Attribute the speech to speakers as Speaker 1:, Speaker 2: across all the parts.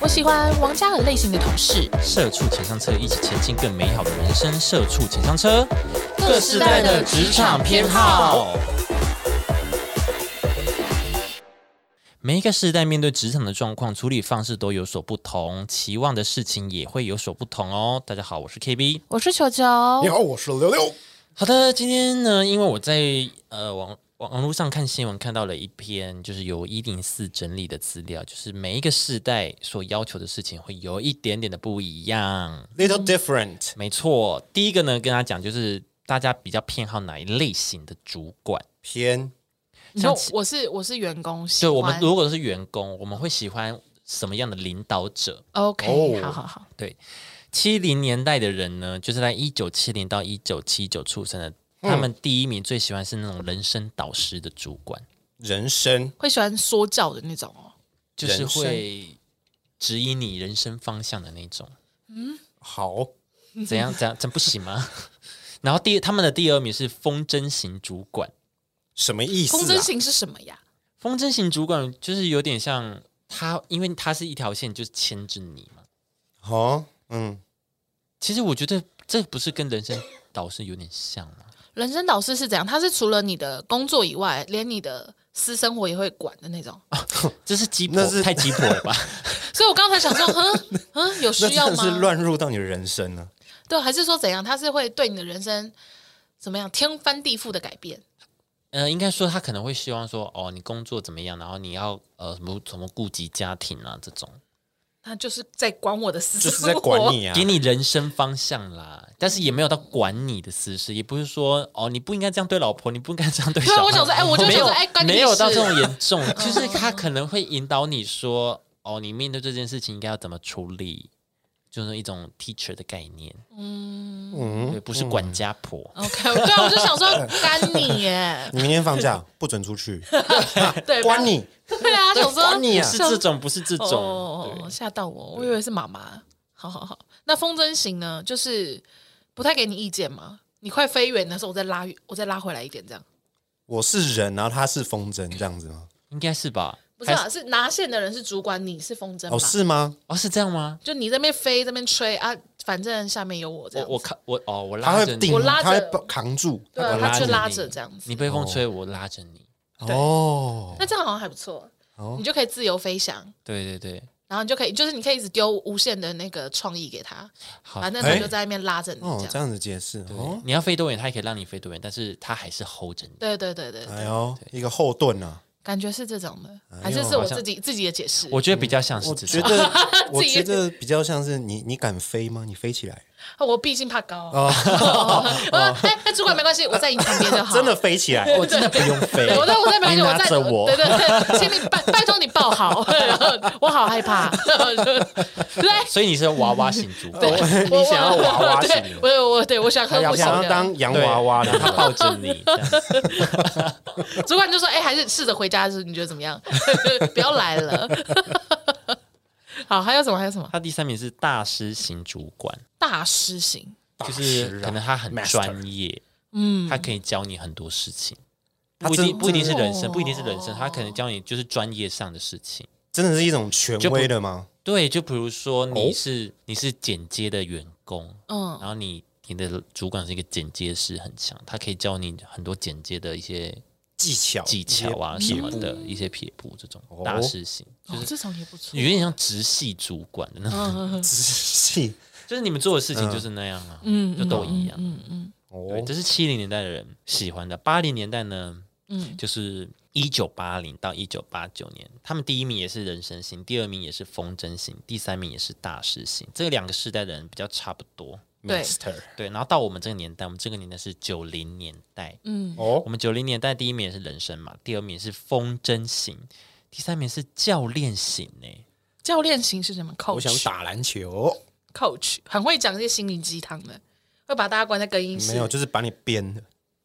Speaker 1: 我喜欢王嘉尔类型的同事，
Speaker 2: 社畜情商车，一起前进更美好的人生。社畜情商车，
Speaker 1: 各时代的职场偏好。
Speaker 2: 每一个时代面对职场的状况，处理方式都有所不同，期望的事情也会有所不同哦。大家好，我是 KB。
Speaker 1: 我是球球。
Speaker 3: 你好，我是六六。
Speaker 2: 好的，今天呢，因为我在呃网网网络上看新闻，看到了一篇就是由一零四整理的资料，就是每一个世代所要求的事情会有一点点的不一样。
Speaker 3: Little different，
Speaker 2: 没错，第一个呢，跟他讲就是大家比较偏好哪一类型的主管。
Speaker 3: 偏
Speaker 1: 你说我是我哦是员工，喜
Speaker 2: 就
Speaker 1: 欢
Speaker 2: 我们如果是员工，我们会喜欢什么样的领导者？
Speaker 1: OK，、
Speaker 3: 哦
Speaker 1: 好好好，
Speaker 2: 对，七零年代的人呢，就是在一九七零到一九七九出生的，他
Speaker 3: 嗯
Speaker 2: 们第一名最喜欢是那种人生导师的主管，
Speaker 3: 人生
Speaker 1: 会喜欢说教的那种哦。
Speaker 2: 就是
Speaker 3: 人生
Speaker 2: 会指引你人生方向的那 种。
Speaker 3: 好
Speaker 2: 怎样？怎样？真不行吗？ 然后第他们的第二名是风筝型主管，
Speaker 3: 什么意思、啊？
Speaker 1: 风筝型是什么呀？
Speaker 2: 风筝型主管就是有点像他，因为他是一条线，就是牵制你嘛。
Speaker 3: 哦，嗯，
Speaker 2: 其实我觉得这不是跟人生导师有点像啊吗？
Speaker 1: 人生导师是怎样？他是除了你的工作以外，连你的私生活也会管的那种。
Speaker 2: 这是鸡婆
Speaker 3: 那，是
Speaker 2: 太鸡婆了吧？
Speaker 1: 所以我刚才 想说，嗯嗯，有
Speaker 3: 那
Speaker 1: 需
Speaker 3: 真
Speaker 1: 要
Speaker 3: 的
Speaker 1: 吗？
Speaker 3: 是乱入到你的人生 啊呢、
Speaker 1: 对，还是说怎样？他是会对你的人生怎么样天翻地覆的改变？
Speaker 2: 呃，应该说他可能会希望说，哦，你工作怎么样？然后你要呃什么什么顾及家庭啊这种，
Speaker 1: 他就是在管我的私
Speaker 3: 就
Speaker 1: 生活，
Speaker 3: 是在管你啊
Speaker 2: 给。你人生方向啦。但是也没有到管你的私事，也不是说哦你不应该这样对老婆，你不应该这样对小
Speaker 1: 对啊
Speaker 2: 孩。
Speaker 1: 我想说哎我就
Speaker 2: 没
Speaker 1: 想
Speaker 2: 有
Speaker 1: 说哎关你
Speaker 2: 没有到
Speaker 1: 屁
Speaker 2: 这
Speaker 1: 事
Speaker 2: 种 严重，就是他可能会引导你说，哦，你面对这件事情应该要怎么处理，就是一种 teacher 的概念，
Speaker 3: 嗯，
Speaker 2: 对，不是管家婆。
Speaker 1: OK，对啊，我就想说干你 耶，
Speaker 3: 你明天 放假不准出去，
Speaker 1: 对，
Speaker 3: 关你
Speaker 1: 对啊，想说
Speaker 3: 关你啊
Speaker 2: 不！是这种，不是这种，
Speaker 1: 哦，吓到我，我以为是妈妈。好好好，那风筝型呢？就是不太给你意见嘛。你快飞远的时候，我再拉，我再拉回来一点，这样
Speaker 3: 我是人，然后他是风筝，这样子吗？
Speaker 2: 应该是吧？
Speaker 1: 不是啊？是拿线的人是主管，你是风筝嘛？
Speaker 3: 哦，是吗？
Speaker 2: 哦，是这样吗？
Speaker 1: 就你这边飞，这边吹啊，反正下面有我这样
Speaker 2: 我
Speaker 1: 子。
Speaker 2: 我看我哦，我
Speaker 3: 他
Speaker 2: 拉着
Speaker 3: 会
Speaker 2: 你
Speaker 3: 顶，
Speaker 1: 我，拉着
Speaker 3: 他会扛住。
Speaker 1: 对啊，
Speaker 2: 我拉
Speaker 1: 他
Speaker 2: 着
Speaker 1: 就
Speaker 2: 你
Speaker 1: 拉着这样子
Speaker 2: 你，被风吹，我拉着你。
Speaker 3: 哦，
Speaker 1: 那这样好像还不错，你就可以自由飞翔。
Speaker 2: 对对对，
Speaker 1: 然后你就可以，就是你可以一直丢无限的那个创意给他，
Speaker 2: 好
Speaker 1: 反。正他
Speaker 3: 哎
Speaker 1: 就啊在那边拉着你
Speaker 3: 哦，
Speaker 1: 这
Speaker 3: 这
Speaker 1: 样。
Speaker 3: 样子解释哦。
Speaker 2: 你要飞多远，他也可以让你飞多远，但是他还是 hold 着你。
Speaker 1: 对对对对，
Speaker 3: 哎呦，一个后盾啊！
Speaker 1: 感觉是这种的，
Speaker 3: 呦
Speaker 1: 还是是我自己自己的解释？
Speaker 2: 我觉得比较像是
Speaker 3: 嗯我
Speaker 2: 这
Speaker 3: 觉
Speaker 2: 种，
Speaker 3: 得，我
Speaker 1: 自己
Speaker 3: 觉得比较像是你，你敢飞吗？你飞起来，
Speaker 1: 啊我毕竟怕高。 我说哎哎，主管没关系，我在你旁边就好。
Speaker 3: 哦 真的。飞起 来，
Speaker 2: 我真的不用飞
Speaker 1: 对，。我在我在没关系，
Speaker 2: 你
Speaker 1: 我
Speaker 2: 拿
Speaker 1: 在
Speaker 2: 着我
Speaker 1: 对对对，请你拜拜托你抱好， 然后我好害怕。 对，
Speaker 2: 所以你是娃娃型 主管，
Speaker 3: 你想要娃娃型
Speaker 1: 对，
Speaker 3: 的，
Speaker 1: 我我对我想
Speaker 3: 他
Speaker 1: 看
Speaker 3: 要
Speaker 1: 我
Speaker 3: 想要当洋娃娃
Speaker 2: 然后他
Speaker 3: 的，
Speaker 2: 抱着 你，这样子
Speaker 1: 主管就说：“哎、还是试着回家，就是你觉得怎么样？ 不要来了。” 好，还有什么？还有什么？
Speaker 2: 他第三名是大师型主管，
Speaker 1: 大师型，
Speaker 2: 就是可能他很
Speaker 3: 大师啊
Speaker 2: 专业，
Speaker 1: 嗯，
Speaker 2: 他可以教你很多事情，
Speaker 3: 他
Speaker 2: 不一
Speaker 3: 真
Speaker 2: 定不一定是人
Speaker 1: 哦
Speaker 2: 生，不一定是人生，他可能教你就是专业上的事情。
Speaker 3: 真的是一种权威的吗？
Speaker 2: 对，就比如说你
Speaker 3: 哦
Speaker 2: 是、你是剪接的员工，然
Speaker 1: 嗯，
Speaker 2: 后你你的主管是一个剪接师很强，他可以教你很多剪接的一些
Speaker 3: 技巧，
Speaker 2: 技巧啊
Speaker 3: 一些
Speaker 2: 什
Speaker 3: 撇
Speaker 2: 么
Speaker 3: 步
Speaker 2: 的一些撇步，这种
Speaker 3: 哦
Speaker 2: 大师型、
Speaker 1: 哦，这种也不错
Speaker 2: 有。点像直系主管的那种，
Speaker 1: 嗯
Speaker 3: 仔细
Speaker 2: 就是你们做的事情就是那样啊，
Speaker 1: 嗯，
Speaker 2: 就都一样。
Speaker 1: 嗯嗯
Speaker 2: 对，
Speaker 3: 哦，
Speaker 2: 这是七零年代的人喜欢的，八零年代呢，
Speaker 1: 嗯
Speaker 2: 就是一九八零到一九八九年，他们第一名也是人生型，第二名也是风筝型，第三名也是大师型，这两个世代的人比较差不多。
Speaker 1: 对
Speaker 3: master
Speaker 2: 对，然后到我们这个年代，我们这个年代是九零年代，
Speaker 1: 嗯嗯，
Speaker 3: 哦
Speaker 2: 我，们九零年代第一名也是人生嘛，第二名是风筝型，第三名是教练型呢、
Speaker 1: 教练型是什么
Speaker 3: 我想
Speaker 1: ？coach
Speaker 3: 打篮球，
Speaker 1: coach 很会讲一些心灵鸡汤的，会把大家关在更衣室。
Speaker 3: 没有，就是把你编的，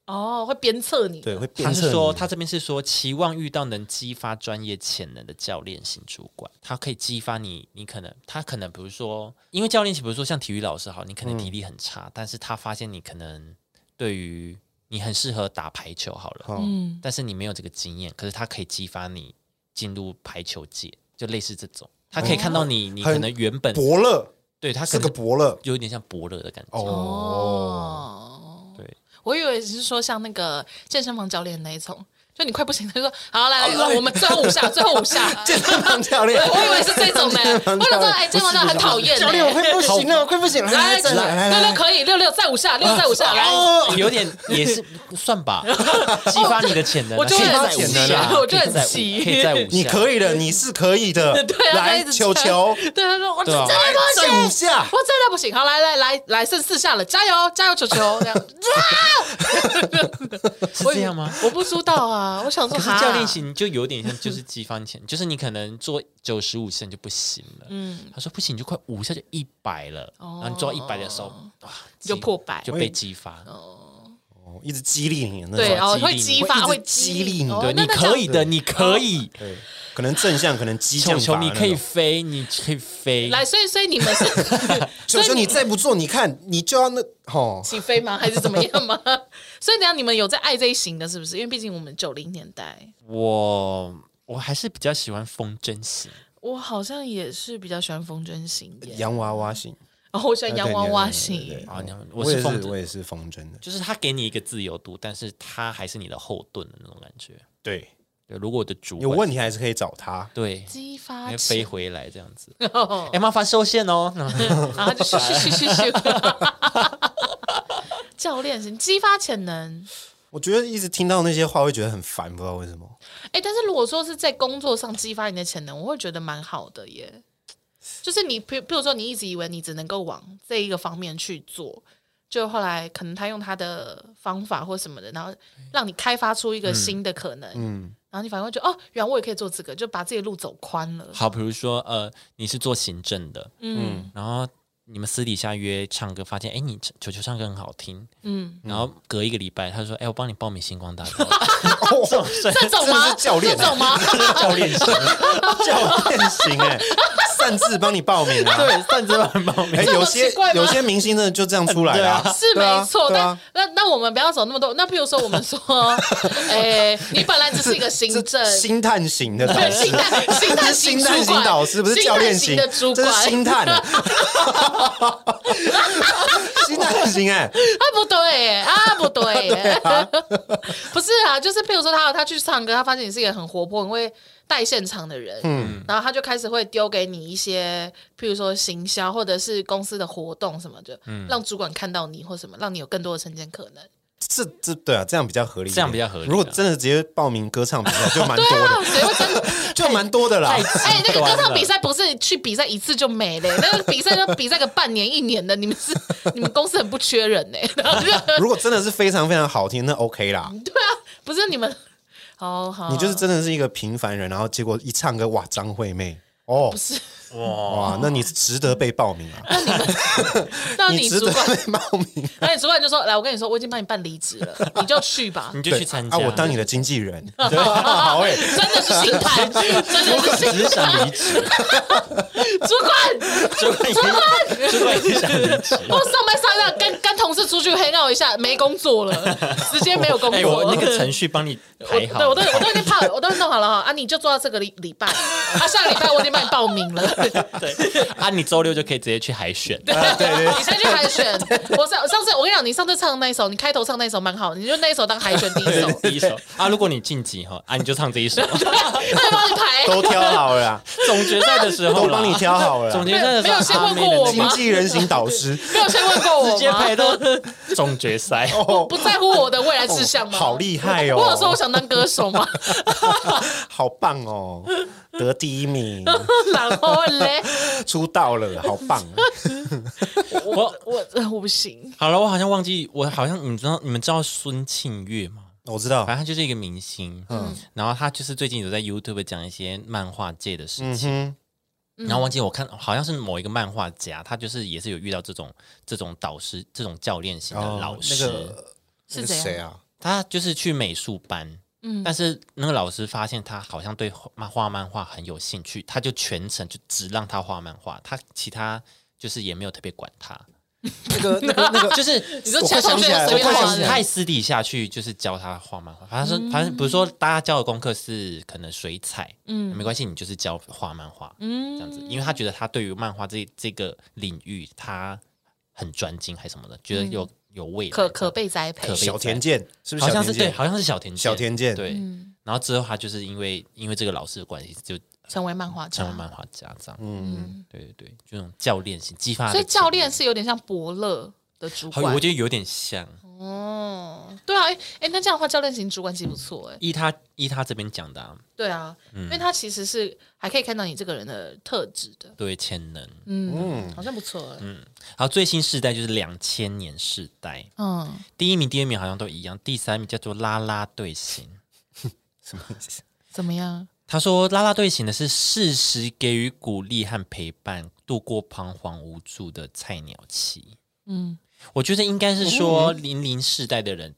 Speaker 1: 哦，会鞭策你。
Speaker 3: 对，会
Speaker 2: 他
Speaker 3: 鞭策
Speaker 2: 是
Speaker 3: 你
Speaker 2: 说，他这边是说，期望遇到能激发专业潜能的教练型主管，他可以激发你，你可能他可能比如说，因为教练型，比如说像体育老师好，你
Speaker 3: 嗯
Speaker 2: 可能体力很差，但是他发现你可能对于你很适合打排球好了，
Speaker 3: 哦
Speaker 1: 嗯
Speaker 2: 但是你没有这个经验，可是他可以激发你进入排球界，就类似这种，他可以看到你，你
Speaker 3: 哦很
Speaker 2: 可能原本
Speaker 3: 伯乐
Speaker 2: 对他
Speaker 3: 是
Speaker 2: 可
Speaker 3: 个
Speaker 2: 能
Speaker 3: 伯乐
Speaker 2: 有点像伯乐的感觉，
Speaker 3: 哦，
Speaker 1: 哦，
Speaker 2: 对，
Speaker 1: 我以为只是说像那个健身房教练那一种，就你快不行，他就说好来来，来我们最后五下，最后五下。
Speaker 3: 健身房教练，
Speaker 1: 我以为是这种呢，
Speaker 3: 健身
Speaker 1: 我想说，
Speaker 3: 房教练
Speaker 1: 哎，健身房教练很讨厌呢。欸
Speaker 3: 教练，我快不行了，我快不行了，
Speaker 1: 来
Speaker 3: 再来来
Speaker 1: 六六
Speaker 3: 来，
Speaker 1: 可以，六六再五下，六再五下，来。
Speaker 3: 哦，
Speaker 2: 有点也是算 吧，激发你的潜能啊，
Speaker 1: 我就
Speaker 2: 可以
Speaker 1: 很
Speaker 2: 在
Speaker 1: 急
Speaker 2: 五下啊，
Speaker 1: 我就很
Speaker 2: 可以在五
Speaker 1: 急
Speaker 2: 可以在五下，
Speaker 3: 你可以的，你是可以的，
Speaker 1: 对啊，他一
Speaker 3: 来
Speaker 1: 直
Speaker 3: 球
Speaker 1: 这
Speaker 3: 球
Speaker 1: 样，对他说我真
Speaker 2: 对啊
Speaker 1: 的不行，
Speaker 3: 再五下
Speaker 1: 我真的不行，好来来来来，剩四下了，加油加油，球球这样，
Speaker 2: 是这样吗？
Speaker 1: 我不知道啊，我想说，
Speaker 2: 可是
Speaker 1: 哈
Speaker 2: 教练型就有点像，就是激发你潜，就是你可能做九十五下你就不行了。
Speaker 1: 嗯，
Speaker 2: 他说不行，你就快五下就一百了。
Speaker 1: 哦
Speaker 2: 然后你做到一百的时候，哇，激
Speaker 1: 就破百
Speaker 2: 就被激发。
Speaker 3: 哦一直激励你，那种
Speaker 1: 对，
Speaker 2: 啊
Speaker 1: 哦，
Speaker 2: 激励
Speaker 1: 会
Speaker 2: 你
Speaker 1: 激发，
Speaker 3: 会
Speaker 1: 会
Speaker 3: 一直激励你
Speaker 1: 哦
Speaker 2: 对，
Speaker 1: 那
Speaker 2: 你
Speaker 1: 那这样
Speaker 2: 可以的，你可以。
Speaker 3: 对，可能正向，可能激
Speaker 2: 球
Speaker 3: 将
Speaker 2: 球，
Speaker 3: 法
Speaker 2: 你
Speaker 3: 那
Speaker 2: 可以
Speaker 3: 种。
Speaker 2: 飞，你可以飞。
Speaker 1: 来，所以所以你们 是
Speaker 3: 球球，你再不做，你看你就要那哦，
Speaker 1: 起飞吗？还是怎么样吗？ 所以等一下你们有在爱这一型的，是不是？因为毕竟我们九零年代，
Speaker 2: 我我还是比较喜欢风筝型，
Speaker 1: 我好像也是比较喜欢风筝型耶，
Speaker 3: 洋娃娃型，
Speaker 1: 然后我喜欢洋娃娃
Speaker 3: 对对对
Speaker 1: 型
Speaker 3: 对
Speaker 2: 啊你看我
Speaker 3: 哦我
Speaker 2: 是
Speaker 3: 也
Speaker 2: 风
Speaker 3: 是
Speaker 2: 筝
Speaker 3: 我也是风筝的，
Speaker 2: 就是他给你一个自由度，但是他还是你的后盾的那种感觉。
Speaker 3: 对，
Speaker 2: 对，如果我的主
Speaker 3: 有
Speaker 2: 管
Speaker 3: 问题还是可以找他。
Speaker 2: 对，
Speaker 1: 激
Speaker 2: 你
Speaker 1: 发
Speaker 2: 会
Speaker 1: 起
Speaker 2: 飞回来这样子。
Speaker 1: 哦
Speaker 2: 哎、麻烦收线哦。
Speaker 1: 然后啊就咻咻咻咻咻。 教练型激发潜能，
Speaker 3: 我觉得一直听到那些话会觉得很烦，不知道为什么。
Speaker 1: 哎，但是如果说是在工作上激发你的潜能，我会觉得蛮好的耶。就是你，比比如说，你一直以为你只能够往这一个方面去做，就后来可能他用他的方法或什么的，然后让你开发出一个新的可能，
Speaker 3: 嗯，
Speaker 1: 然后你反而会觉得哦，原来我也可以做这个，就把自己的路走宽 了。
Speaker 2: 好，比如说呃，你是做行政的，
Speaker 1: 嗯
Speaker 2: 然后你们私底下约唱歌，发现哎，你球球唱歌很好听，
Speaker 1: 嗯，
Speaker 2: 然后隔一个礼拜，他就说哎，我帮你报名星光大道，
Speaker 3: 哦，
Speaker 1: 这种
Speaker 3: 真的
Speaker 1: 吗？
Speaker 3: 是教练
Speaker 1: 这种吗？
Speaker 3: 教练型，教练型，哎，擅自帮你报名啊。对，
Speaker 2: 擅自帮你报名。
Speaker 3: 哎，
Speaker 1: 这么
Speaker 3: 有些
Speaker 1: 奇怪吗嗯
Speaker 3: 有些明星真的就这样出来啦，
Speaker 1: 是
Speaker 3: 对啊
Speaker 1: 没错，
Speaker 3: 对啊
Speaker 1: 但那那我们不要走那么多。那譬如说，我们 说，哎，你本来只是一个行政，
Speaker 3: 这星探型的导
Speaker 1: 对，
Speaker 3: 师
Speaker 1: 星，探星探
Speaker 3: 这是
Speaker 1: 型
Speaker 3: 星探
Speaker 1: 主
Speaker 3: 型
Speaker 1: 管
Speaker 3: 导师，不是
Speaker 1: 星
Speaker 3: 教
Speaker 1: 探
Speaker 3: 练
Speaker 1: 型
Speaker 3: 型
Speaker 1: 的主
Speaker 3: 这
Speaker 1: 管，
Speaker 3: 是星探， 星探型哎，
Speaker 1: 啊，不对耶，啊，不 对耶，
Speaker 3: 啊
Speaker 1: 不是啊，就是譬如说他他去唱歌，他发现你是一个很活泼、很会带现场的人，嗯，然后他就开始会丢给你一些，譬如说行销或者是公司的活动什么的，
Speaker 3: 嗯
Speaker 1: 让主管看到你或什么，让你有更多的升迁 可能。
Speaker 3: 这这对啊，这样比较合理一点，
Speaker 2: 这样比较合理啊
Speaker 3: 如果真的直接报名歌唱比赛，就蛮多
Speaker 1: 啊，
Speaker 3: 的，
Speaker 1: 谁会真的？
Speaker 3: 就蛮多的啦。
Speaker 1: 哎、那个歌唱比
Speaker 2: 赛，
Speaker 1: 赛不是去比赛一次就没了、那个比赛都比赛个半年一年的，你们是你们公司很不缺人呢、然后就
Speaker 3: 如果真的是非常非常好听，那 OK 啦。
Speaker 1: 不是你们，好好，
Speaker 3: 你就是真的是一个平凡人，然后结果一唱歌，哇，张惠妹哦
Speaker 1: 不，是？
Speaker 3: 哇，那你值得被报名啊，
Speaker 1: 那
Speaker 3: 你
Speaker 1: 你
Speaker 3: 值
Speaker 1: 主
Speaker 3: 得
Speaker 1: 管，
Speaker 3: 被报名。
Speaker 1: 那你主管就说，来，我跟你说，我已经帮你办离 职了，你就去吧。
Speaker 2: 你就
Speaker 3: 对
Speaker 2: 去参加。
Speaker 3: 啊，我当你的经纪人， 对好 哎，
Speaker 1: 真的是心态，真的是
Speaker 2: 只
Speaker 1: 心
Speaker 2: 是
Speaker 1: 态。
Speaker 2: 欸想离职，
Speaker 1: 主管，
Speaker 2: 主管也主管也想离职。
Speaker 1: 我上班上到跟跟同事出去黑闹一下，没工作 了，直接没有工
Speaker 2: 哎、
Speaker 1: 作。
Speaker 2: 我那个程序哎帮你排
Speaker 1: 对
Speaker 2: 好了，
Speaker 1: 我都我都已经怕，我都弄好了哈啊，你就做到这个礼礼拜，啊，下个礼拜我已经帮你报名了。
Speaker 2: 对啊，你周六就可以直接去海选。啊
Speaker 1: 你先去海选。我上上次我跟你讲，你上次唱的那一首，你开头唱那一首蛮好，你就那一首当海选第一首，
Speaker 2: 第一首啊，如果你晋级哈，啊，你就唱这一首。
Speaker 1: 他就帮你排。
Speaker 3: 都挑好了啦，
Speaker 2: 总决赛的时候
Speaker 3: 都
Speaker 2: 啦
Speaker 3: 帮你，挑好了
Speaker 2: 总
Speaker 3: 啦，
Speaker 2: 决赛的时候
Speaker 1: 没有先问
Speaker 2: 阿妹
Speaker 1: 过
Speaker 2: 的
Speaker 1: 我
Speaker 2: 那个
Speaker 3: 经
Speaker 1: 吗
Speaker 3: 纪人型导师，
Speaker 1: 没有先问过我
Speaker 2: 直接
Speaker 1: 吗
Speaker 2: 排？到总决赛。
Speaker 3: 哦，
Speaker 1: 不在乎我的未来志向吗？
Speaker 3: 好厉害哦，
Speaker 1: 我有说我想当歌手 吗？
Speaker 3: 好棒哦，得第一名，
Speaker 1: 然后嘞，
Speaker 3: 出道了，好棒，
Speaker 2: 我
Speaker 1: 我呃我不行。
Speaker 2: 好了，我好像忘记，我好像你知道你们知道孙庆月吗？
Speaker 3: 我知道
Speaker 2: 反，正他就是一个明星，嗯，然后他就是最近有在 YouTube 讲一些漫画界的事
Speaker 3: 嗯
Speaker 2: 情，
Speaker 3: 哼，
Speaker 1: 嗯
Speaker 2: 然后忘记我看好像是某一个漫画家，他就是也是有遇到这种这种导师、这种教练型的
Speaker 3: 哦
Speaker 2: 老
Speaker 3: 那
Speaker 2: 师，
Speaker 3: 个
Speaker 1: 是
Speaker 3: 那个
Speaker 1: 怎样
Speaker 3: 谁啊？
Speaker 2: 他就是去美术班，嗯，但是那个老师发现他好像对漫画漫画很有兴 趣，他就全程就只让他画漫画，他其他就是也没有特别管他，
Speaker 3: 那个那个那个，
Speaker 2: 就是
Speaker 1: 你说
Speaker 3: 我
Speaker 1: 前
Speaker 3: 快
Speaker 1: 同
Speaker 3: 想
Speaker 1: 学
Speaker 3: 起来了
Speaker 1: 随便
Speaker 3: 我快
Speaker 1: 画
Speaker 3: 想起
Speaker 1: 的
Speaker 3: 来了
Speaker 2: 太私底下去就是教他画漫画，反正
Speaker 1: 嗯
Speaker 2: 说、反正比如说大家教的功课是可能水彩，嗯，没关系，你就是教画漫画，嗯，这样子，因为他觉得他对于漫画这这个领域他很专精还是什么的，觉得有、有未来
Speaker 1: 嗯可可被栽培
Speaker 2: 可被。
Speaker 3: 小田健是不是
Speaker 2: 好
Speaker 3: 小
Speaker 2: 像
Speaker 3: 田
Speaker 2: 是对，
Speaker 3: 健？
Speaker 2: 好像是小田
Speaker 3: 小田健
Speaker 2: 对。
Speaker 1: 嗯
Speaker 2: 然后之后他就是因为因为这个老师的关系，就
Speaker 1: 成为漫画家
Speaker 2: 成为。漫画家这样。嗯，对对对，就那种教练型激发他的
Speaker 1: 所以
Speaker 2: 潜
Speaker 1: 教
Speaker 2: 能。
Speaker 1: 练是有点像伯乐的主
Speaker 2: 好，
Speaker 1: 管
Speaker 2: 我。觉得有点像。
Speaker 1: 哦，对啊，哎哎，那这样的话，教练型主管其实不错哎。
Speaker 2: 依他依他这边讲的、啊，
Speaker 1: 对啊，因为他其实是还可以看到你这个人的特质的，
Speaker 2: 对潜能。
Speaker 1: 嗯，好像不错哎。
Speaker 2: 好，最新世代就是两千年世代，
Speaker 1: 嗯，
Speaker 2: 第一名、第二名好像都一样，第三名叫做啦啦队型。
Speaker 3: 什么意思？
Speaker 1: 怎么样？
Speaker 2: 他说，啦啦队型的是适时给予鼓励和陪伴，度过彷徨无助的菜鸟期。
Speaker 1: 嗯，
Speaker 2: 我觉得应该是
Speaker 1: 哦
Speaker 2: 说，零零世代的人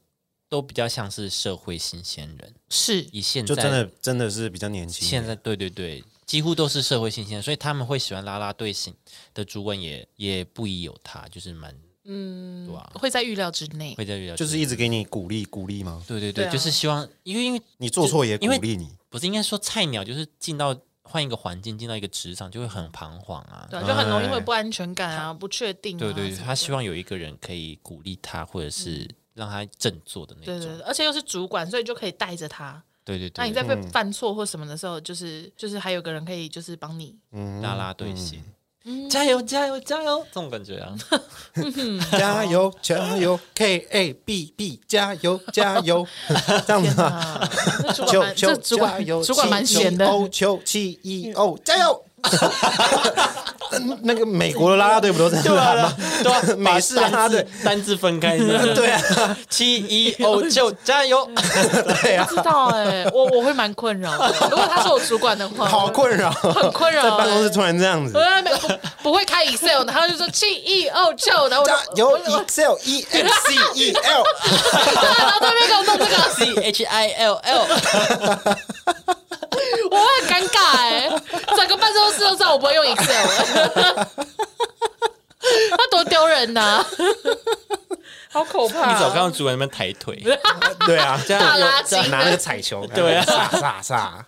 Speaker 2: 都比较像是社会新鲜人，
Speaker 1: 是
Speaker 2: 以现在
Speaker 3: 就真的真的是比较年轻一点，
Speaker 2: 现在对对对，几乎都是社会新鲜人，所以他们会喜欢啦啦队型的主管也也不宜有他，就是蛮嗯，对啊，
Speaker 1: 会在预料之内。
Speaker 2: 会在遇到
Speaker 3: 就是一直给你鼓励鼓励吗？
Speaker 2: 对对对，
Speaker 1: 对啊
Speaker 2: 就是希望，因为因为
Speaker 3: 你做错也鼓
Speaker 2: 因为
Speaker 3: 励你，
Speaker 2: 不是应该说菜鸟，就是进到换一个环境，进到一个职场就会很彷徨啊。
Speaker 1: 对啊，就很容易
Speaker 3: 哎
Speaker 1: 会不安全感啊，不确定啊。
Speaker 2: 对
Speaker 1: 什
Speaker 2: 对对，
Speaker 1: 么的
Speaker 2: 他希望有一个人可以鼓励他，或者是让他振作的那
Speaker 1: 嗯对对，
Speaker 2: 种。
Speaker 1: 对而且又是主管，所以就可以带着他。
Speaker 2: 对对
Speaker 1: 那你
Speaker 2: 对，
Speaker 1: 在被
Speaker 3: 嗯
Speaker 1: 犯错或什么的时候，就是就是还有个人可以就是帮你。
Speaker 2: 拉拉
Speaker 3: 嗯
Speaker 2: 队型，
Speaker 1: 嗯
Speaker 2: 加油加油加油，这种感觉啊。
Speaker 3: 加油加油，K A B B，加油加 油，这样子吗？
Speaker 1: 啊，这主管
Speaker 3: 求
Speaker 1: 蛮这主管
Speaker 3: 求
Speaker 1: 主管蛮闲的。
Speaker 3: 哦，求七一哦，加油！那个美国的啦啦队不都在
Speaker 2: 对
Speaker 3: 喊
Speaker 2: 啊
Speaker 3: 吗？，
Speaker 2: 对啊，
Speaker 3: 美 式
Speaker 2: 把
Speaker 3: 啦啦
Speaker 2: 单
Speaker 3: 队
Speaker 2: 字单字分开， 对啊，七 一哦就加油，
Speaker 3: 对啊，
Speaker 1: 知道哎、我我会蛮困扰的。如果他是我主管的话，
Speaker 3: 好困扰，
Speaker 1: 很困扰、
Speaker 3: 在办公室
Speaker 1: 欸。
Speaker 3: 突然这样
Speaker 1: 我
Speaker 3: 子，
Speaker 1: 在那边不不会开 Excel，然后就说 G E O 就，然后我就
Speaker 3: 加油 Excel E X C E L，
Speaker 1: 然后对面给我弄这个，
Speaker 2: C H I L L，
Speaker 1: 我会很尴尬哎、整个办公室都知道我不会用 Excel，那多丢人呐、 好可怕、啊
Speaker 2: 你早刚刚主管那边抬 腿，
Speaker 3: 对啊，这
Speaker 1: 大
Speaker 3: 样
Speaker 1: 垃圾
Speaker 3: 拿那个彩球，
Speaker 2: 对啊
Speaker 3: 撒撒撒，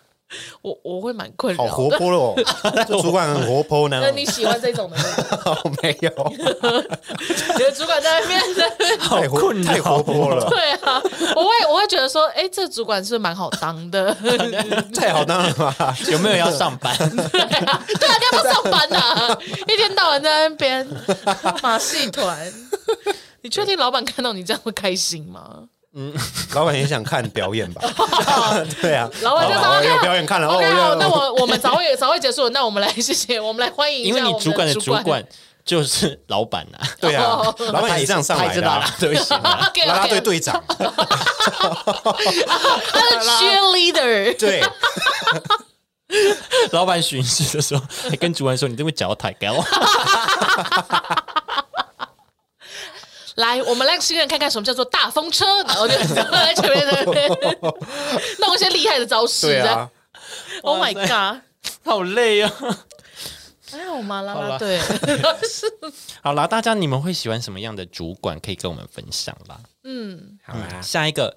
Speaker 1: 我我会蛮困扰
Speaker 3: 好
Speaker 1: 的。
Speaker 3: 活泼哦， 这主管很活泼呢
Speaker 1: 那，你喜欢这种的吗？
Speaker 3: 哦 没有，
Speaker 1: 你的主管在那边 在那边
Speaker 3: 太活
Speaker 2: 困扰
Speaker 3: 太活泼 了，
Speaker 1: 对啊，我会我会觉得说，哎、这主管是不是蛮好当的，对
Speaker 3: 太好当了吧？
Speaker 2: 有没有要上班？
Speaker 1: 啊， 对啊，干嘛上班啊？一天到晚在那 边马戏团，你确定老板看到你这样会开心吗？
Speaker 3: 老板也想看表演吧？对啊，
Speaker 1: 老板就说
Speaker 3: 哦有表演看了哦，
Speaker 1: OK，
Speaker 3: 有
Speaker 1: 好，
Speaker 3: 有
Speaker 1: 那我我们早会早会结束了，那我们来 谢谢，我们来欢迎一
Speaker 2: 因为
Speaker 1: 下
Speaker 2: 你
Speaker 1: 我们
Speaker 2: 主管
Speaker 1: 的
Speaker 2: 的主管就是老板呐，
Speaker 3: 对啊，老板也这样上来
Speaker 2: 还是
Speaker 3: 的
Speaker 2: 拉
Speaker 3: 啊、
Speaker 2: 拉队 型啊，
Speaker 1: ，OK
Speaker 3: 啦啦
Speaker 1: OK，
Speaker 3: 队队长，
Speaker 1: 他是 cheerleader，
Speaker 3: 对，
Speaker 2: 老板巡视的时候还跟主管说：“你这个脚抬高。
Speaker 1: 来，我们来新人看看什么叫做大风车，然 后就在前面在那边 弄一些厉害的招式，
Speaker 3: 对啊，
Speaker 1: 这样，Oh my god，” 哎
Speaker 2: 好累啊！
Speaker 1: 还好吗？啦
Speaker 2: 好
Speaker 1: 啦
Speaker 2: 啦
Speaker 1: 队 是
Speaker 2: 好啦，大家你们会喜欢什么样的主管？可以跟我们分享啦。
Speaker 1: 嗯
Speaker 3: 好啊啦，
Speaker 2: 下一个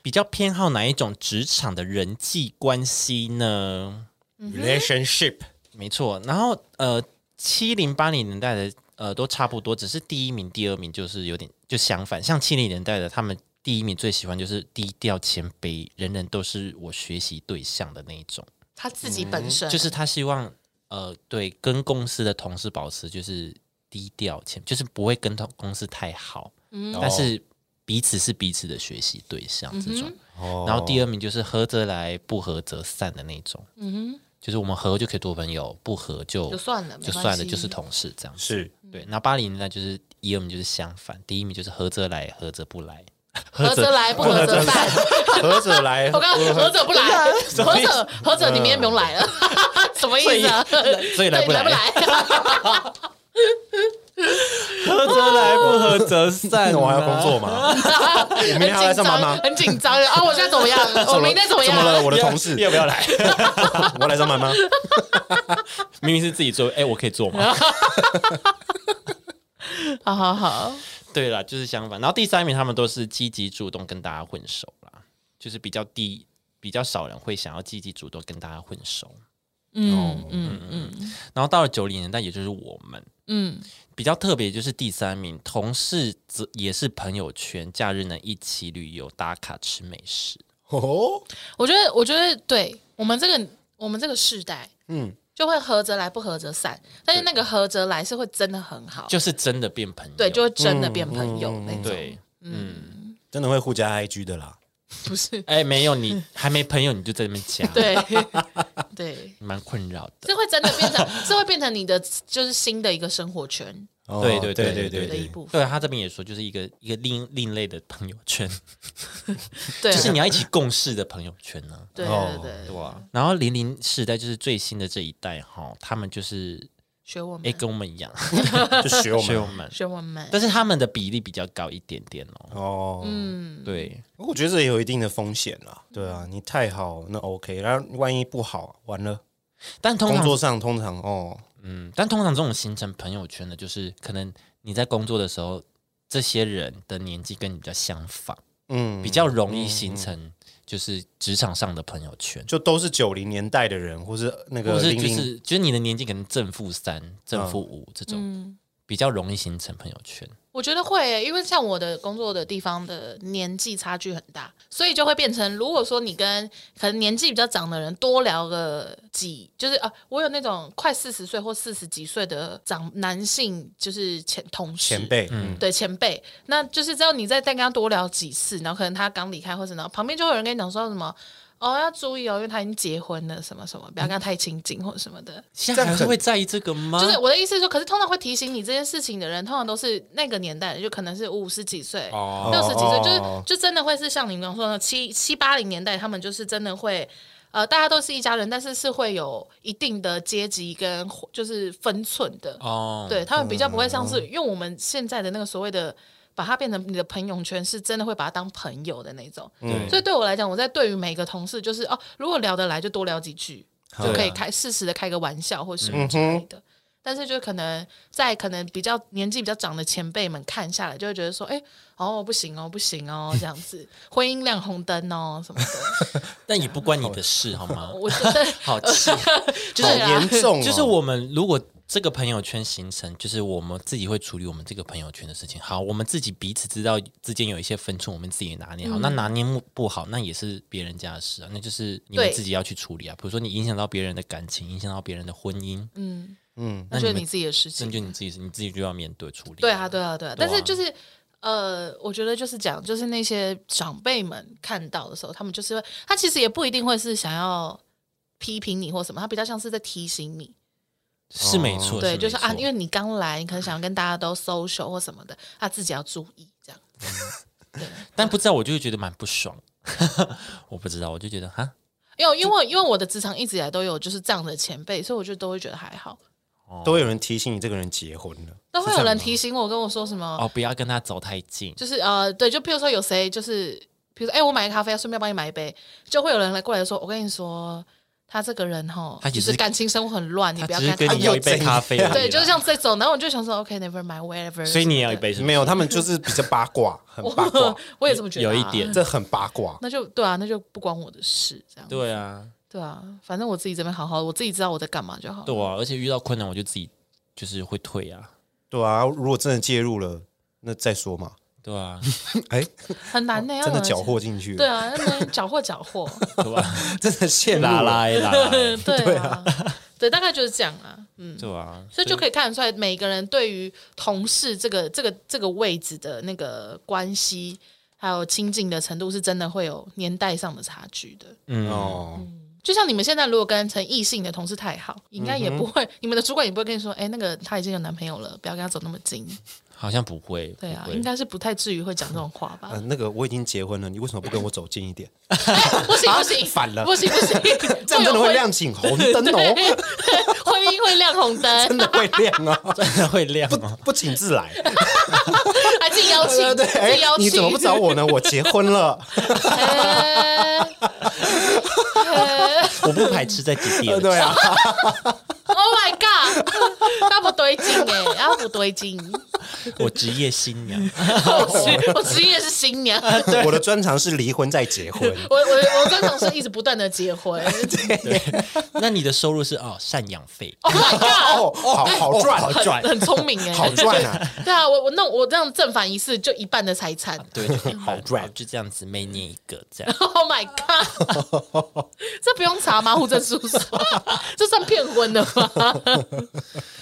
Speaker 2: 比较偏好哪一种职场的人际关系呢？
Speaker 3: relationship
Speaker 2: 没错，然后呃，七零八零年代的呃都差不多，只是第一名、第二名就是有点就相反。像七零年代的，他们第一名最喜欢就是低调谦卑，人人都是我学习对象的那一种。
Speaker 1: 他自己本身
Speaker 2: 嗯就是他希望呃，对，跟公司的同事保持就是低调，前就是不会跟同公司太好，
Speaker 3: 嗯
Speaker 2: 嗯但是彼此是彼此的学习对象这种。
Speaker 3: 哦
Speaker 2: 然后第二名就是合则来，不合则散的那种。嗯就是我们合就可以做朋友，不合就
Speaker 1: 就算了没
Speaker 2: 就
Speaker 1: 关
Speaker 2: 算了，
Speaker 1: 系嗯
Speaker 2: 就是同事这样子。
Speaker 3: 是
Speaker 2: 对，那八零年代就是一二名就是相反，第一名就是合则来，合则不来。
Speaker 1: 合则 来，不合则散。
Speaker 3: 合着来
Speaker 1: 我，刚刚合者不来，合
Speaker 2: 么意思
Speaker 1: 者合者你明天不用来了， 什么意思啊？
Speaker 2: 所以来
Speaker 1: 对
Speaker 2: 不
Speaker 1: 来
Speaker 2: 来
Speaker 1: 不来？
Speaker 2: 合则来，不合则散
Speaker 3: 那哎我还要工作吗？我明天还要
Speaker 1: 很紧
Speaker 3: 来上班
Speaker 1: 张，
Speaker 3: 吗？
Speaker 1: 很紧张的啊！我现在怎么样？我明天怎么
Speaker 3: 怎么了？
Speaker 1: 样？
Speaker 3: 我的同 事
Speaker 2: 要不要来？
Speaker 3: 我要来上班吗？
Speaker 2: 明明是自己做，哎、我可以做吗？
Speaker 1: 好好好，
Speaker 2: 对啦，就是相反。然后第三名他们都是积极主动跟大家混熟啦，就是比较低，比较少人会想要积极主动跟大家混熟。
Speaker 1: 嗯嗯嗯
Speaker 2: 然后到了九零年代，也就是我们
Speaker 1: 嗯，
Speaker 2: 比较特别，就是第三名，同事则也是朋友圈，假日能一起旅游打卡吃美食。
Speaker 3: 哦，
Speaker 1: 我觉得我觉得对我们这个我们这个世代，嗯
Speaker 3: 嗯，
Speaker 1: 就会合则来，不合则散。但是那个合则来是会真的很好，
Speaker 2: 就是真的变朋友，
Speaker 1: 对，就会真的变朋友那种。
Speaker 2: 对，
Speaker 3: 真的会互加 IG 的啦。
Speaker 1: 不是
Speaker 2: 哎、没有你还没朋友，你就在那边讲，，
Speaker 1: 嗯 对对，
Speaker 2: 蛮困扰的。
Speaker 1: 这会真的变成，这会变成你的就是新的一个生活圈
Speaker 3: 哦
Speaker 2: 对对对
Speaker 3: 对
Speaker 2: 对
Speaker 3: 对
Speaker 1: 的一部分。
Speaker 2: 对啊他这边也说，就是一个一个另另类的朋友圈，
Speaker 1: 对
Speaker 2: 就是你要一起共事的朋友圈呢、
Speaker 1: 对
Speaker 3: 哦
Speaker 1: 对对
Speaker 2: 对
Speaker 1: 对，
Speaker 2: 吧？然后零零世代就是最新的这一代哈，他们就是
Speaker 1: 学我
Speaker 2: 哎
Speaker 1: 们，
Speaker 2: 跟我们一样，
Speaker 3: 对，就学我
Speaker 2: 学我
Speaker 3: 们。
Speaker 2: 们，
Speaker 1: 学我们，
Speaker 2: 但是他们的比例比较高一点点哦。
Speaker 3: 哦，
Speaker 1: 嗯，
Speaker 2: 对，
Speaker 3: 我觉得这也有一定的风险啦。对啊，你太好那 OK，然后万一不好，完了，
Speaker 2: 但通
Speaker 3: 工
Speaker 2: 常
Speaker 3: 作上通常哦，
Speaker 2: 嗯，但通常这种形成朋友圈的，就是可能你在工作的时候，这些人的年纪跟你比较相仿，
Speaker 3: 嗯，
Speaker 2: 比较容易形成就是职场上的朋友圈。
Speaker 3: 就都是九零年代的人，或是那
Speaker 2: 或
Speaker 3: 个
Speaker 2: 是
Speaker 3: 零
Speaker 2: 就
Speaker 3: 零
Speaker 2: 是就是你的年纪可能正负三、正负五这种，
Speaker 1: 嗯，
Speaker 2: 比较容易形成朋友圈。
Speaker 1: 我觉得会耶，因为像我的工作的地方的年纪差距很大，所以就会变成，如果说你跟可能年纪比较长的人多聊个几，就是啊，我有那种快四十岁或四十几岁的长男性，就是前同事
Speaker 3: 前。辈，嗯，
Speaker 1: 对前辈，那就是只要你再再跟他多聊几次，然后可能他刚离开，或者然后旁边就会有人跟你讲说什么哦要注意哦，因为他已经结婚了，什么什么，不要跟他太亲近或者什么的。
Speaker 2: 现在
Speaker 3: 这
Speaker 2: 还
Speaker 3: 样很
Speaker 2: 会在意这个
Speaker 3: 啊
Speaker 2: 吗？
Speaker 1: 就是我的意思是说，可是通常会提醒你这件事情的人，通常都是那个年代的，就可能是五十几岁、
Speaker 2: 哦
Speaker 1: 六十几岁，
Speaker 3: 哦
Speaker 1: 就是就真的会是像你刚刚说的七七八零年代，他们就是真的会。呃，大家都是一家人，但是是会有一定的阶级跟就是分寸的。
Speaker 2: 哦，
Speaker 1: 对他们比较不会像是，因为我们现在的那个所谓的把它变成你的朋友圈，是真的会把它当朋友的那种。
Speaker 2: 对
Speaker 3: 嗯
Speaker 1: 所以对我来讲，我在对于每个同事，就是哦，如果聊得来，就多聊几句，就可以开适时的开个玩笑或什么之类的。但是就可能在可能比较年纪比较长的前辈们看下来，就会觉得说，哎、哦不行哦不行哦这样子， 婚姻亮红灯哦什么的，
Speaker 2: 但也不关你的事，好吗？
Speaker 1: 我觉得
Speaker 2: 好气，
Speaker 1: 就是啊
Speaker 3: 好严 重哦，
Speaker 2: 就是我们如果这个朋友圈形成，就是我们自己会处理我们这个朋友圈的事情。好，我们自己彼此知道之间有一些分寸，我们自己拿
Speaker 1: 嗯
Speaker 2: 捏好。那拿捏不不好，那也是别人家的事啊，那就是你们
Speaker 1: 对
Speaker 2: 自己要去处理啊。比如说你影响到别人的感情，影响到别人的婚姻，
Speaker 1: 嗯，
Speaker 3: 嗯，
Speaker 1: 那
Speaker 2: 那
Speaker 1: 就是
Speaker 2: 你们
Speaker 1: 你自己的事
Speaker 2: 那
Speaker 1: 情。
Speaker 2: 就你自己你自己就要面对处理。
Speaker 1: 对啊，对啊，对啊。但
Speaker 2: 对
Speaker 1: 是
Speaker 2: 啊
Speaker 1: 就是呃，我觉得就是讲，就是那些长辈们看到的时候，他们就是会，他其实也不一定会是想要批评你或什么，他比较像是在提醒你，
Speaker 2: 是没错，
Speaker 1: 对，就是啊，因为
Speaker 2: 为
Speaker 1: 你刚来，你可能想要跟大家都 social 或什么的，他自己要注意这样。
Speaker 2: 但不知道我就会觉得蛮不爽， 我不知道我就觉得哈，
Speaker 1: 因为因为因为我的职场一直以来都有就是这样的前辈，所以我就都会觉得还好。
Speaker 3: 都会有人提醒你这个人结婚了，
Speaker 1: 都会有人提醒我，跟我说什么，
Speaker 2: 哦，不要跟他走太近，
Speaker 1: 就是呃，对，就譬如说有谁就是，比如说哎、我买个咖啡，顺便帮你买一杯，就会有人来过来说，我跟你说，他这个人哈，
Speaker 2: 他只
Speaker 1: 就是是感情生活很乱，你
Speaker 2: 他
Speaker 1: 不要
Speaker 2: 只是
Speaker 1: 看
Speaker 2: 跟
Speaker 1: 他
Speaker 2: 你要一杯咖啡而已啦，
Speaker 1: 对，就是像这种，然后我就想说，OK，never、mind whatever，
Speaker 2: 所以你也要一杯是吗
Speaker 3: 没有，他们就是比较八卦，很八 卦
Speaker 1: 我，我也这么觉得、啊
Speaker 2: 有一点，
Speaker 3: 这很八卦。
Speaker 1: 那就对啊，那就不关我的事，这样
Speaker 2: 对啊，
Speaker 1: 对啊，反正我自己这边好好的，我自己知道我在干嘛就好了。
Speaker 2: 对啊，而且遇到困难我就自己就是会退啊，
Speaker 3: 对啊，如果真的介入了，那再说嘛。
Speaker 2: 对 啊，
Speaker 3: 哎，
Speaker 1: 很难
Speaker 2: 哦
Speaker 1: 呢、要
Speaker 3: 真的
Speaker 1: 怎么
Speaker 3: 缴获进去了，
Speaker 1: 对啊，那能缴获缴获，
Speaker 2: 对吧？
Speaker 3: 真的陷入
Speaker 2: 拉
Speaker 3: 了。
Speaker 2: 拉拉 拉，
Speaker 1: 对啊，对，大概就是这样啊，嗯。
Speaker 2: 对啊，
Speaker 1: 所以就可以看得出来，每一个人对于同事这个这个这个位置的那个关系，还有亲近的程度，是真的会有年代上的差距的。
Speaker 2: 嗯，
Speaker 3: 哦，
Speaker 1: 就像你们现在如果跟成异性的同事太好，应该
Speaker 3: 嗯
Speaker 1: 也不会，你们的主管也不会跟你说，哎、那个她已经有男朋友了，不要跟她走那么近。
Speaker 2: 好像不会，
Speaker 1: 对啊
Speaker 2: 不，会
Speaker 1: 应该是不太至于会讲这种话吧
Speaker 3: 呃，？那个我已经结婚了，你为什么不跟我走近 一点？
Speaker 1: 不行不行，
Speaker 3: 啊反了
Speaker 1: 不行不行，
Speaker 3: 这样真的会亮起红灯 哦，
Speaker 1: 婚姻会亮红
Speaker 3: 真
Speaker 1: 灯，
Speaker 3: 的会亮啊，
Speaker 2: 真的会亮哦
Speaker 3: 不
Speaker 2: 吗？
Speaker 3: 不请 自来。
Speaker 1: 还自己邀请，
Speaker 3: 对对
Speaker 1: 自己
Speaker 3: 对，哎
Speaker 1: 邀，请，
Speaker 3: 你怎么不找我呢？我结 婚了，
Speaker 1: 哎？ 哎
Speaker 2: 我不哦排斥在姐弟，
Speaker 3: 对啊，
Speaker 1: Oh my 欸 god！他不对劲哎，他不对劲。
Speaker 2: 我职业新娘，
Speaker 1: 我职我职业是新娘， 我
Speaker 3: 我的专长是离婚再结婚，
Speaker 1: 我我专长是一直不断的结 婚。
Speaker 2: 那你的收入是哦赡养费，
Speaker 1: Oh my god！
Speaker 3: 哦，好好赚，
Speaker 2: 好赚
Speaker 1: 很很聪明哎，
Speaker 3: 好赚啊！
Speaker 1: 对啊，我我弄我这样正反一次就一半的财产。
Speaker 2: 对， 就一半
Speaker 3: 好赚
Speaker 2: 就这样子，每年一个这样。
Speaker 1: Oh my god！这 不用查吗？户政事务 所，这算骗婚的吗？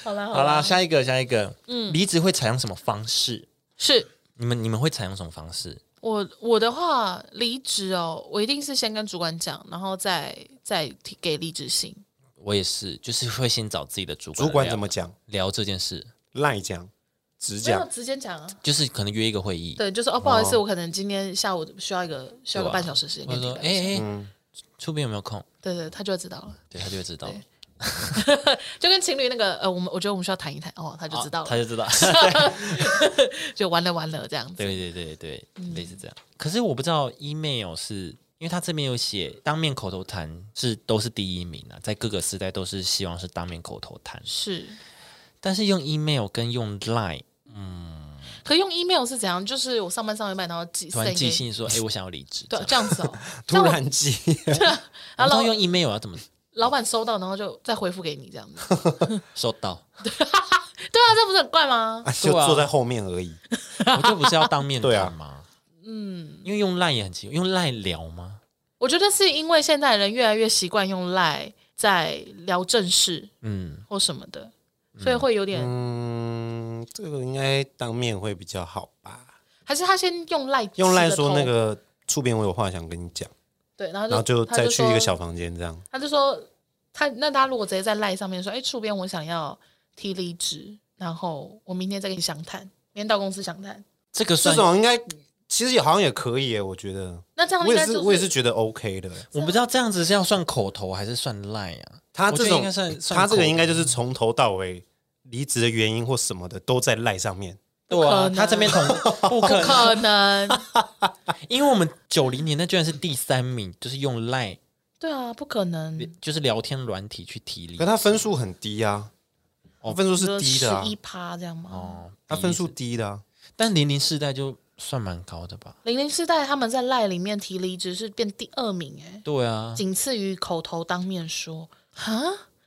Speaker 1: 好啦
Speaker 2: 好
Speaker 1: 好
Speaker 2: 啦，
Speaker 1: 啦，
Speaker 2: 下一个，下一个，嗯，离职会采用什么方式？
Speaker 1: 是
Speaker 2: 你们你们会采用什么方式？
Speaker 1: 我我的话离职哦，我一定是先跟主管讲，然后再再提给离职信。
Speaker 2: 我也是，就是会先找自己的主管聊，
Speaker 3: 主管怎么讲？
Speaker 2: 聊这件事，
Speaker 3: 赖讲，直
Speaker 1: 没有
Speaker 3: 讲，
Speaker 1: 直接讲啊。
Speaker 2: 就是可能约一个会议，
Speaker 1: 对，就是哦，不好意思，我可能今天下午需要一个需要个半小时时间
Speaker 2: 或
Speaker 1: 跟
Speaker 2: 者
Speaker 1: 你
Speaker 2: 说，
Speaker 1: 聊
Speaker 2: 哎
Speaker 1: 一下。
Speaker 2: 哎，出边有没有空？
Speaker 1: 对对，他就会知道了，
Speaker 2: 对他就会知道，
Speaker 1: 就跟情侣那个呃，我们我觉得我们需要谈一谈哦，他就知道
Speaker 2: 啊他
Speaker 1: 了，
Speaker 2: 就 知道，
Speaker 1: 就完了完了这样子。
Speaker 2: 对对对对，
Speaker 1: 嗯
Speaker 2: 类似这样。可是我不知道 email 是因为他这边有写当面口头谈是都是第一名啊，在各个时代都是希望是当面口头谈，
Speaker 1: 是，
Speaker 2: 但是用 email 跟用 line
Speaker 1: 可用 email 是怎样？就是我上班上一半，然后寄
Speaker 2: 突然
Speaker 1: send
Speaker 2: 寄
Speaker 1: 给
Speaker 2: 信说，哎，我想要离职，
Speaker 1: 对这样子哦，这样
Speaker 3: 突
Speaker 1: 我
Speaker 3: 然记，
Speaker 2: 然
Speaker 1: 然后
Speaker 2: 后
Speaker 1: 老
Speaker 2: 用 email 要怎么
Speaker 1: 老板收到，然后就再回复给你这样子。
Speaker 2: 收到？
Speaker 1: 对啊，这不是很怪吗？
Speaker 3: 就
Speaker 2: 啊
Speaker 3: 坐在后面而已。
Speaker 2: 我就不是要当面
Speaker 3: 对啊
Speaker 2: 谈吗？嗯，因为用 line 也很奇怪，用 line 聊吗？
Speaker 1: 我觉得是因为现在人越来越习惯用赖在聊正事
Speaker 2: 嗯，
Speaker 1: 或什么的，所以会有点，
Speaker 3: 嗯，这个应该当面会比较好吧？
Speaker 1: 还是他先用赖
Speaker 3: 用赖说那个触边，我有话想跟你讲，
Speaker 1: 对，然后
Speaker 3: 然后就
Speaker 1: 他
Speaker 3: 再去一
Speaker 1: 说
Speaker 3: 个小房间这样。
Speaker 1: 他就说他那他如果直接在赖上面说，哎，触边我想要提离职，然后我明天再跟你详谈，明天到公司详谈。
Speaker 2: 这个
Speaker 3: 这
Speaker 2: 算
Speaker 3: 种应该其实也好像也可以耶，我觉得。
Speaker 1: 那这样
Speaker 3: 我
Speaker 1: 应
Speaker 3: 也
Speaker 1: 该
Speaker 3: 是
Speaker 1: 就
Speaker 3: 我也是觉得 OK 的。
Speaker 2: 我不知道这样子是要算口头还是算 line 啊？
Speaker 3: 他
Speaker 2: 我觉
Speaker 3: 这
Speaker 2: 得
Speaker 3: 种
Speaker 2: 应该算算
Speaker 3: 他这
Speaker 2: 口
Speaker 3: 个
Speaker 2: 头
Speaker 3: 应该就是从头到尾离职的原因或什么的都在赖上面。
Speaker 2: 对
Speaker 1: 可
Speaker 2: 啊，
Speaker 1: 能
Speaker 2: 他这边同不可能，
Speaker 1: 可 能
Speaker 2: 因为我们九零年代居然是第三名，就是用 Line
Speaker 1: 对啊，不可能。
Speaker 2: 就是聊天软体去提离
Speaker 3: 可他分数很低啊，他分数是低的啊
Speaker 1: 十，一趴这样吗？
Speaker 2: 哦，
Speaker 3: 他分数低的啊。
Speaker 2: 但零零世代就算蛮高的吧？
Speaker 1: 零零世代他们在赖里面提离职是变第二名、哎、
Speaker 2: 对啊，
Speaker 1: 仅次于口头当面说啊，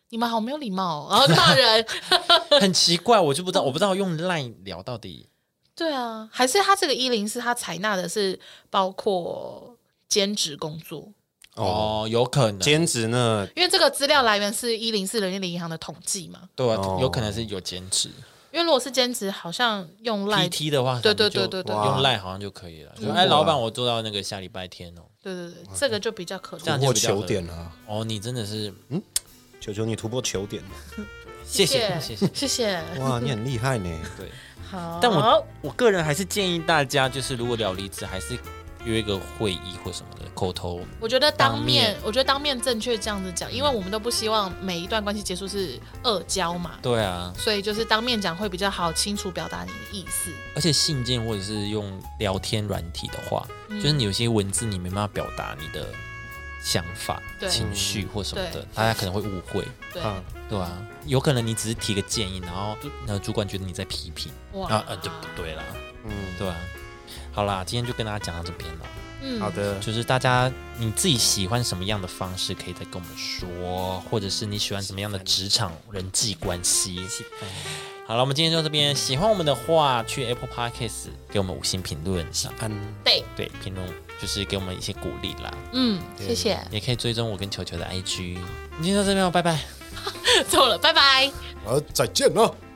Speaker 1: 你们好没有礼貌、哦，然后骂人。
Speaker 2: 很奇怪，我就不知道，我不知道用 Line 聊到底
Speaker 1: 对啊，还是他这个一零是他采纳的是包括兼职工作，
Speaker 3: 哦，
Speaker 2: 哦，有可能
Speaker 3: 兼职呢？
Speaker 1: 因为这个资料来源是一零四人力银行的统计嘛。
Speaker 2: 对啊
Speaker 3: 哦，
Speaker 2: 有可能是有兼职
Speaker 1: 因为如果是兼职，好像用赖，对
Speaker 2: PT 的话，
Speaker 1: 对
Speaker 2: 可
Speaker 1: 对
Speaker 2: 能就
Speaker 1: 对对对
Speaker 2: 用 Line 好像就可以了。说哎，老板，我做到那个下礼拜天哦，
Speaker 1: 对对，这个就比较可
Speaker 2: 这
Speaker 1: 能
Speaker 2: 样。就
Speaker 3: 突破
Speaker 2: 比较合
Speaker 3: 球
Speaker 2: 理
Speaker 3: 点啊！
Speaker 2: 哦，你真的是
Speaker 3: 求求你突破球 点！
Speaker 2: 谢
Speaker 1: 谢
Speaker 2: 谢谢谢。
Speaker 1: 谢谢，
Speaker 3: 哇，你很厉害呢。
Speaker 2: 对，
Speaker 1: 好。啊
Speaker 2: 但我我个人还是建议大家，就是如果聊离职，还是约一个会议或什么的，口头
Speaker 1: 我觉得当面，
Speaker 2: 当面
Speaker 1: 我觉得当面正确这样子讲，因为我们都不希望每一段关系结束是恶交嘛，
Speaker 2: 对啊，
Speaker 1: 所以就是当面讲会比较好，清楚表达你的意思。
Speaker 2: 而且信件或者是用聊天软体的话，
Speaker 1: 嗯
Speaker 2: 就是你有些文字你没办法表达你的想法、
Speaker 1: 对
Speaker 2: 情绪或什么的
Speaker 1: 对，
Speaker 2: 大家可能会误会，
Speaker 1: 对，
Speaker 3: 啊，
Speaker 2: 对啊，有可能你只是提个建议，然后那主管觉得你在批评，
Speaker 1: 哇
Speaker 2: 啊啊，对不对啦？
Speaker 3: 嗯，
Speaker 2: 对啊，好啦，今天就跟大家讲到这边了。
Speaker 1: 嗯
Speaker 3: 好，的，
Speaker 2: 就是大家你自己喜欢什么样的方式，可以再跟我们说，或者是你喜欢什么样的职场人际关系。好了，我们今天就到这边。喜欢我们的话，去 Apple Podcast 给我们五星评论，嗯
Speaker 3: 安
Speaker 1: 对，
Speaker 2: 对评论就是给我们一些鼓励啦。
Speaker 1: 嗯，谢谢，
Speaker 2: 也可以追踪 我跟球球的 IG。今天就到这边哦，拜拜。
Speaker 1: 走了，拜拜。
Speaker 3: 好，再见了。啊